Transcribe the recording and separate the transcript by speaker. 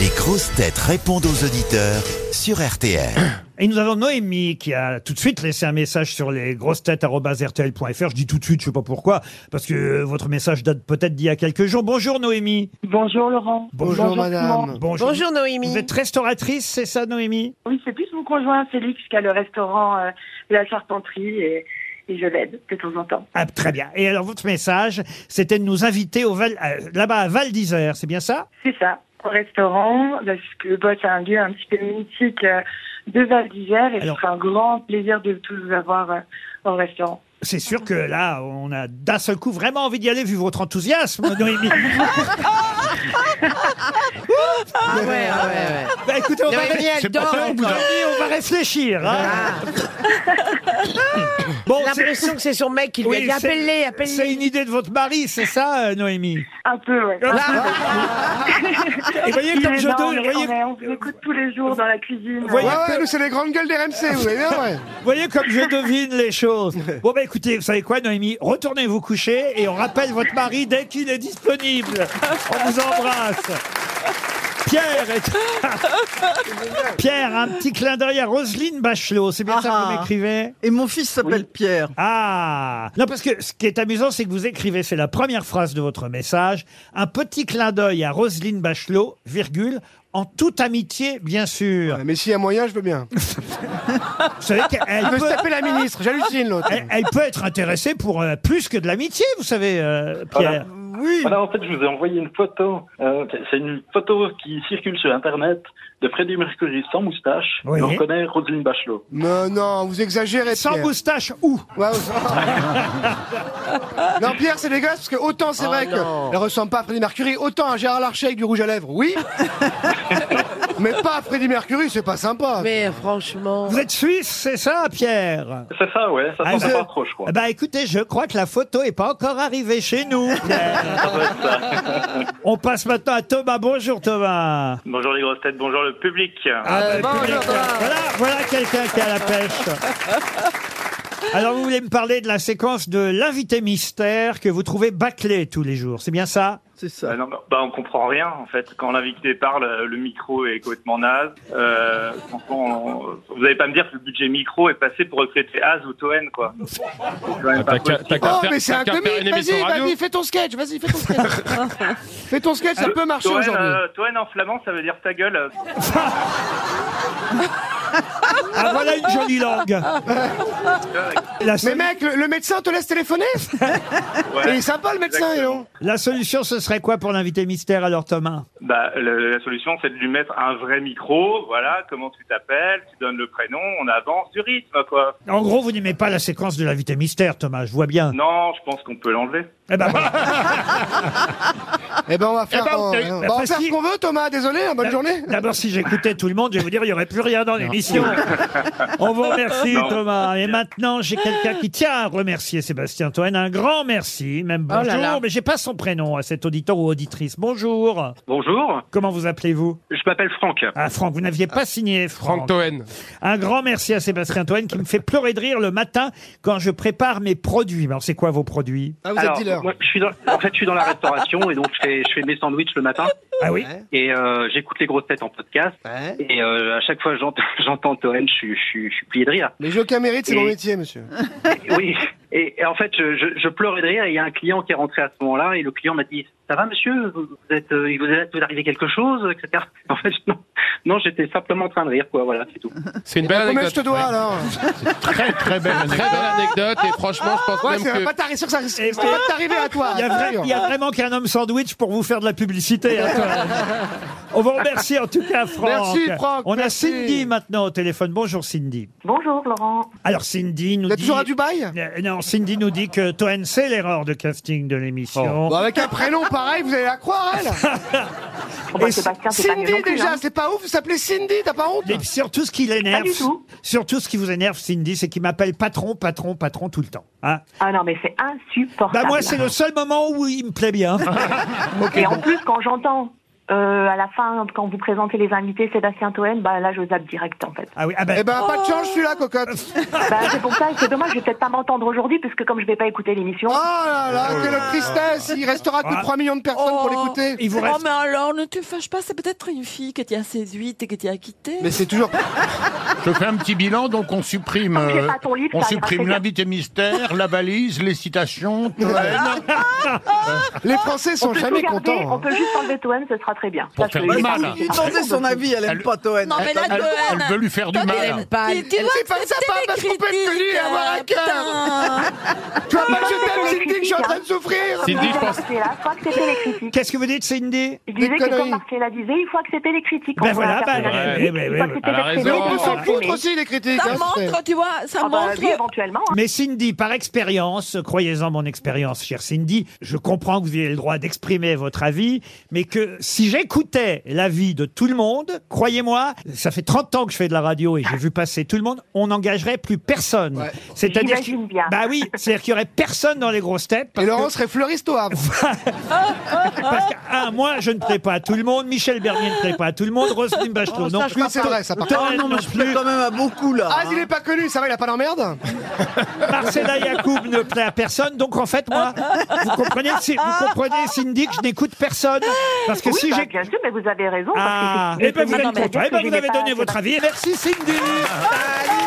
Speaker 1: Les grosses têtes répondent aux auditeurs sur RTL.
Speaker 2: Et nous avons Noémie qui a tout de suite laissé un message sur lesgrossetêtes.rtl.fr. Je dis tout de suite, je sais pas pourquoi, parce que euh, votre message date peut-être d'il y a quelques jours. Bonjour Noémie.
Speaker 3: Bonjour Laurent.
Speaker 2: Bonjour,
Speaker 3: madame.
Speaker 2: Bonjour.
Speaker 4: Bonjour Noémie.
Speaker 2: Vous êtes restauratrice, c'est ça Noémie
Speaker 3: Oui, c'est plus mon conjoint Félix qui a le restaurant euh, de la charpenterie et, et je l'aide de temps en temps.
Speaker 2: Ah, très bien. Et alors votre message, c'était de nous inviter au Val- euh, là-bas à Val d'Isère, c'est bien ça
Speaker 3: C'est ça, au restaurant, parce que bah, c'est un lieu un petit peu mythique euh, de Val d'Isère et ce
Speaker 2: Alors-
Speaker 3: sera un grand plaisir de tous vous avoir euh, au restaurant.
Speaker 2: C'est sûr que là, on a d'un seul coup vraiment envie d'y aller vu votre enthousiasme, Noémie.
Speaker 4: Ah ouais, ah ouais,
Speaker 2: bah, écoutez, on va,
Speaker 4: ouais. Noémie, elle dort. encore.
Speaker 2: on va réfléchir. hein.
Speaker 4: Ah.
Speaker 2: Bon,
Speaker 4: J'ai
Speaker 2: c'est-
Speaker 4: l'impression que c'est son mec qui lui
Speaker 2: Oui,
Speaker 4: a dit
Speaker 2: c'est-
Speaker 4: appelle-les,
Speaker 2: c'est
Speaker 4: appelle-les.
Speaker 2: une idée de votre mari, c'est ça, euh, Noémie
Speaker 3: Un peu, ouais.
Speaker 2: Et voyez
Speaker 3: Il
Speaker 2: comme
Speaker 3: est
Speaker 2: je
Speaker 3: marrant,
Speaker 2: donne-
Speaker 3: on est-
Speaker 2: voyez-
Speaker 3: on est- on vous écoute tous les jours dans la cuisine.
Speaker 2: Voyez-
Speaker 5: Ouais, ouais, nous, c'est les grandes gueules des RMC, vous voyez bien, ouais.
Speaker 2: Vous voyez comme je devine les choses. Bon, bah écoutez, vous savez quoi, Noémie Retournez vous coucher et on rappelle votre mari dès qu'il est disponible. On vous embrasse. Pierre est- Pierre, un petit clin d'œil à Roselyne Bachelot. C'est bien ça que vous
Speaker 6: Ah.
Speaker 2: m'écrivez
Speaker 6: Et mon fils s'appelle Pierre.
Speaker 2: Ah Non, parce que ce qui est amusant, c'est que vous écrivez, c'est la première phrase de votre message, un petit clin d'œil à Roselyne Bachelot, virgule, en toute amitié, bien sûr.
Speaker 5: Ouais, Mais s'il y a moyen, je veux bien.
Speaker 2: Vous savez qu'elle
Speaker 5: Il veut
Speaker 2: peut...
Speaker 5: se taper la ministre, j'hallucine l'autre.
Speaker 2: Elle, elle peut être intéressée pour euh, plus que de l'amitié, vous savez, euh, Pierre.
Speaker 6: Oui.
Speaker 7: Voilà, en fait, je vous ai envoyé une photo. Euh, c'est- c'est une photo qui circule sur Internet de Freddie Mercury sans moustache.
Speaker 2: Oui.
Speaker 7: Et on reconnaît Roselyne Bachelot.
Speaker 5: Mais non, vous exagérez,
Speaker 2: Sans
Speaker 5: Pierre.
Speaker 2: moustache ou
Speaker 5: Ouais, vous- non, Pierre, c'est dégueulasse, parce que autant c'est vrai
Speaker 6: non.
Speaker 5: qu'elle ressemble pas à Freddie Mercury, autant à Gérard Larcher avec du rouge à lèvres, oui. mais pas à Freddie Mercury, c'est pas sympa.
Speaker 4: Mais franchement.
Speaker 2: Vous êtes suisse, c'est ça, Pierre
Speaker 7: C'est ça, ouais. Ça
Speaker 2: Ah,
Speaker 7: s'entend
Speaker 2: je-
Speaker 7: pas trop, je crois.
Speaker 2: Bah écoutez, je crois que la photo est pas encore arrivée chez nous. Pierre.
Speaker 7: Ça doit être ça.
Speaker 2: On passe maintenant à Thomas. Bonjour Thomas.
Speaker 8: Bonjour les grosses têtes, bonjour le public.
Speaker 2: Ah,
Speaker 6: Euh,
Speaker 2: bah,
Speaker 6: bonjour,
Speaker 2: public,
Speaker 6: Thomas.
Speaker 2: Voilà, voilà quelqu'un qui est à la pêche. Alors vous voulez me parler de la séquence de l'invité mystère que vous trouvez bâclée tous les jours, c'est bien ça
Speaker 6: C'est
Speaker 8: Euh,
Speaker 6: ça.
Speaker 8: non, bah, bah, on comprend rien en fait. Quand l'invité parle, euh, le micro est complètement naze. Euh, franchement, on- vous n'allez pas me dire que le budget micro est passé pour recruter Az ou Toen quoi. C'est quand même pas possible.
Speaker 5: Oh, mais c'est un comique, vas-y, vas-y, fais ton sketch, vas-y, fais ton sketch. fais ton sketch, ça peut marcher
Speaker 8: Toen,
Speaker 5: aujourd'hui.
Speaker 8: euh, Toen en flamand, ça veut dire ta gueule.
Speaker 2: Ah voilà une jolie langue. La
Speaker 5: Mais
Speaker 2: seule-
Speaker 5: mec, le, le médecin te laisse téléphoner Il
Speaker 8: Ouais.
Speaker 5: est sympa, le médecin, et
Speaker 8: Exactement.
Speaker 5: non
Speaker 2: La solution, ce serait quoi pour l'invité mystère alors, Thomas
Speaker 8: Bah, le- la solution, c'est de lui mettre un vrai micro. Voilà, comment tu t'appelles, tu donnes le prénom, on avance du rythme quoi.
Speaker 2: En gros, vous n'aimez pas la séquence de l'invité mystère, Thomas, je vois bien.
Speaker 8: Non, je pense qu'on peut l'enlever.
Speaker 2: Eh ben, voilà.
Speaker 5: Eh ben, on va faire, on- on va en
Speaker 2: Parce
Speaker 5: faire
Speaker 2: qu'il-
Speaker 5: ce qu'on veut, Thomas. Désolé, hein, bonne journée.
Speaker 2: D'abord, si j'écoutais tout le monde, je vais vous dire, il n'y aurait plus rien dans l'émission. On vous remercie,
Speaker 8: Non.
Speaker 2: Thomas. Et maintenant, j'ai quelqu'un qui tient à remercier Sébastien Toen. Un grand merci, même
Speaker 4: Oh là
Speaker 2: bonjour,
Speaker 4: là.
Speaker 2: mais j'ai pas son prénom à cet auditeur ou auditrice. Bonjour.
Speaker 7: Bonjour,
Speaker 2: Comment vous appelez-vous
Speaker 7: je m'appelle Franck.
Speaker 2: Ah, Franck, vous n'aviez pas signé, Franck.
Speaker 5: Toen.
Speaker 2: Un grand merci à Sébastien Toen qui me fait pleurer de rire le matin quand je prépare mes produits. Mais Alors, c'est quoi vos produits
Speaker 5: Ah, vous
Speaker 7: Alors,
Speaker 5: êtes dealer.
Speaker 7: moi, je suis dans, en fait, je suis dans la restauration et donc je fais, je fais mes sandwichs le matin
Speaker 2: Ah oui
Speaker 7: et euh, j'écoute les grosses têtes en podcast.
Speaker 5: Ouais.
Speaker 7: Et euh, à chaque fois que j'entends- j'entends Toen, je, suis- je, suis- je suis plié de rire.
Speaker 5: Les jeux aucun mérite, c'est mon
Speaker 7: Et-
Speaker 5: métier, monsieur.
Speaker 7: Oui, et, et en fait, je, je, je pleurais de rire et il y a un client qui est rentré à ce moment-là et le client m'a dit « Ça va, monsieur vous, vous êtes, euh, Il vous est vous est arrivé quelque chose ?» etc. En fait, non, non j'étais simplement en train de rire, quoi, voilà, c'est tout.
Speaker 9: C'est une belle
Speaker 5: Combien je
Speaker 9: anecdote.
Speaker 5: te dois, alors
Speaker 9: Très très belle anecdote. Très belle anecdote et franchement, je pense
Speaker 5: Ouais,
Speaker 9: même
Speaker 5: c'est
Speaker 9: que
Speaker 5: pas t'arriver sûr que ça risque
Speaker 2: Et
Speaker 5: c'est pas de t'arriver à toi.
Speaker 2: Il y a, vra- il y a vraiment qu'un homme sandwich pour vous faire de la publicité. hein, toi. On vous remercie en tout cas, Franck.
Speaker 5: Merci, Franck,
Speaker 2: On
Speaker 5: merci.
Speaker 2: a Cindy maintenant au téléphone. Bonjour, Cindy.
Speaker 3: Bonjour Laurent.
Speaker 2: Alors, Cindy nous
Speaker 5: Il y a
Speaker 2: dit...
Speaker 5: toujours à Dubaï
Speaker 2: Euh, Non, Cindy nous dit que Toen, c'est l'erreur de casting de l'émission.
Speaker 5: Bon, avec un prénom pareil, vous allez la croire, elle
Speaker 3: Bon, bah,
Speaker 2: Et
Speaker 3: Sébastien, c'est pas mieux non
Speaker 5: Cindy,
Speaker 3: plus,
Speaker 5: déjà,
Speaker 3: hein.
Speaker 5: c'est pas ouf, vous s'appelez Cindy, t'as pas honte
Speaker 2: Et puis surtout ce qui l'énerve,
Speaker 3: Pas du tout.
Speaker 2: surtout ce qui vous énerve, Cindy, c'est qu'il m'appelle patron, patron, patron tout le temps. hein.
Speaker 3: Ah non, mais c'est insupportable.
Speaker 5: Ah.
Speaker 2: Bah moi, c'est le seul moment où il me plaît bien.
Speaker 3: Et en plus, quand j'entends euh, à la fin, quand vous présentez les invités, Sébastien Toen, bah là, je zappe direct, en fait.
Speaker 2: Ah oui, ah ben,
Speaker 5: Eh ben, pas de chance, celui-là, cocotte.
Speaker 3: Bah, c'est pour ça, et c'est dommage, je vais peut-être pas m'entendre aujourd'hui, puisque comme je vais pas écouter l'émission,
Speaker 5: Oh là là, quelle tristesse. Il restera que
Speaker 2: Ah.
Speaker 5: 3 millions de personnes pour
Speaker 4: Oh.
Speaker 5: l'écouter.
Speaker 2: il vous
Speaker 4: Oh,
Speaker 2: reste.
Speaker 4: mais alors, ne te fâche pas, c'est peut-être une fille que tu as séduite et que tu as quittée.
Speaker 5: Mais c'est toujours.
Speaker 9: Je fais un petit bilan, donc on supprime,
Speaker 3: J'ai
Speaker 9: euh,
Speaker 3: Ah, pas ton livre,
Speaker 9: on
Speaker 3: ça ira très
Speaker 9: supprime
Speaker 3: bien.
Speaker 9: l'invité mystère, la valise, les citations,
Speaker 3: Ah,
Speaker 9: Toen,
Speaker 5: Les Français
Speaker 3: on
Speaker 5: sont
Speaker 3: peut
Speaker 5: jamais
Speaker 3: tout garder,
Speaker 5: contents.
Speaker 3: on
Speaker 5: hein.
Speaker 3: peut juste enlever Toen, ce sera très bien.
Speaker 9: pour
Speaker 3: Ça,
Speaker 4: Bah,
Speaker 9: faire
Speaker 3: je-
Speaker 9: du mal.
Speaker 6: Il demandait son avis, elle aime
Speaker 9: Elle-
Speaker 6: pas Toen.
Speaker 4: Non, mais là,
Speaker 9: Elle, elle veut
Speaker 4: Toen.
Speaker 9: lui faire du
Speaker 4: toi,
Speaker 9: mal.
Speaker 4: t'aimes pas.
Speaker 6: Tu- tu
Speaker 4: Elle
Speaker 6: vois,
Speaker 4: fait
Speaker 6: c'est pas
Speaker 4: accepter
Speaker 6: sympa
Speaker 4: les
Speaker 6: parce qu'on peut être
Speaker 4: critiques,
Speaker 6: connu et avoir un
Speaker 4: euh,
Speaker 6: cœur.
Speaker 4: putain.
Speaker 5: Tu vois pas, que je t'aime,
Speaker 3: Ouais.
Speaker 5: Cindy, que je suis en train de souffrir.
Speaker 3: Comme
Speaker 9: Cindy, je pense-
Speaker 3: Marcella, faut accepter les critiques.
Speaker 2: Qu'est-ce que vous dites, Cindy
Speaker 3: Je
Speaker 5: Des
Speaker 3: disais que comme
Speaker 5: conneries.
Speaker 3: Marcella disait, il faut accepter les critiques.
Speaker 2: Ben
Speaker 3: on voit
Speaker 2: voilà,
Speaker 3: un
Speaker 2: ben,
Speaker 3: personnage
Speaker 2: ouais,
Speaker 3: unique,
Speaker 2: ouais,
Speaker 3: il
Speaker 2: ouais, ouais.
Speaker 3: faut accepter
Speaker 9: Elle a
Speaker 3: d'être
Speaker 9: raison.
Speaker 5: Mais
Speaker 3: aimé,
Speaker 5: on peut
Speaker 3: d'être
Speaker 5: s'en
Speaker 3: aimé.
Speaker 5: foutre aussi, les critiques.
Speaker 4: Ça
Speaker 5: hein, c'est-
Speaker 4: montre, tu vois, ça
Speaker 3: Ah bah,
Speaker 4: montre.
Speaker 3: lui, éventuellement. hein.
Speaker 2: Mais Cindy, par expérience, croyez-en mon expérience, chère Cindy, je comprends que vous ayez le droit d'exprimer votre avis, mais que si j'écoutais l'avis de tout le monde, croyez-moi, ça fait 30 ans que je fais de la radio et j'ai vu passer tout le monde, on n'engagerait plus personne.
Speaker 5: Ouais.
Speaker 2: C'est-à-dire
Speaker 3: J'imagine
Speaker 2: qu'il-
Speaker 3: bien.
Speaker 2: Bah oui, c'est-à-dire qu'il y aurait personne dans les grosses têtes.
Speaker 5: Et
Speaker 2: parce
Speaker 5: Laurent serait fleuriste au Havre.
Speaker 2: Parce que, un, moi, je ne plais pas à tout le monde. Michel Bernier ne plaît pas à tout le monde. Roselyne Bachelot
Speaker 5: Oh, ça,
Speaker 2: non
Speaker 5: je
Speaker 2: plus.
Speaker 5: crois Ah que c'est vrai, ça, par
Speaker 2: Toen
Speaker 6: Oh non, mais
Speaker 2: non
Speaker 6: je
Speaker 2: plus.
Speaker 6: plais quand même à beaucoup là.
Speaker 5: Ah,
Speaker 4: hein.
Speaker 5: il est pas connu, ça va, il a pas d'emmerde
Speaker 2: Marcella Yacoub ne plaît à personne. Donc, en fait, moi, vous comprenez, si- vous comprenez Cindy, que je n'écoute personne. Parce que
Speaker 3: Oui,
Speaker 2: si
Speaker 3: bah,
Speaker 2: j'ai...
Speaker 3: bien sûr, mais vous avez raison. parce que
Speaker 2: Ah,
Speaker 3: c'est-
Speaker 2: et bien vous
Speaker 3: Ah,
Speaker 2: êtes
Speaker 3: non,
Speaker 2: content.
Speaker 3: mais c'est-à-dire
Speaker 2: Eh ben,
Speaker 3: que je
Speaker 2: vous
Speaker 3: n'ai
Speaker 2: avez
Speaker 3: pas-
Speaker 2: donné
Speaker 3: c'est
Speaker 2: votre
Speaker 3: pas-
Speaker 2: avis. Merci Cindy. Salut.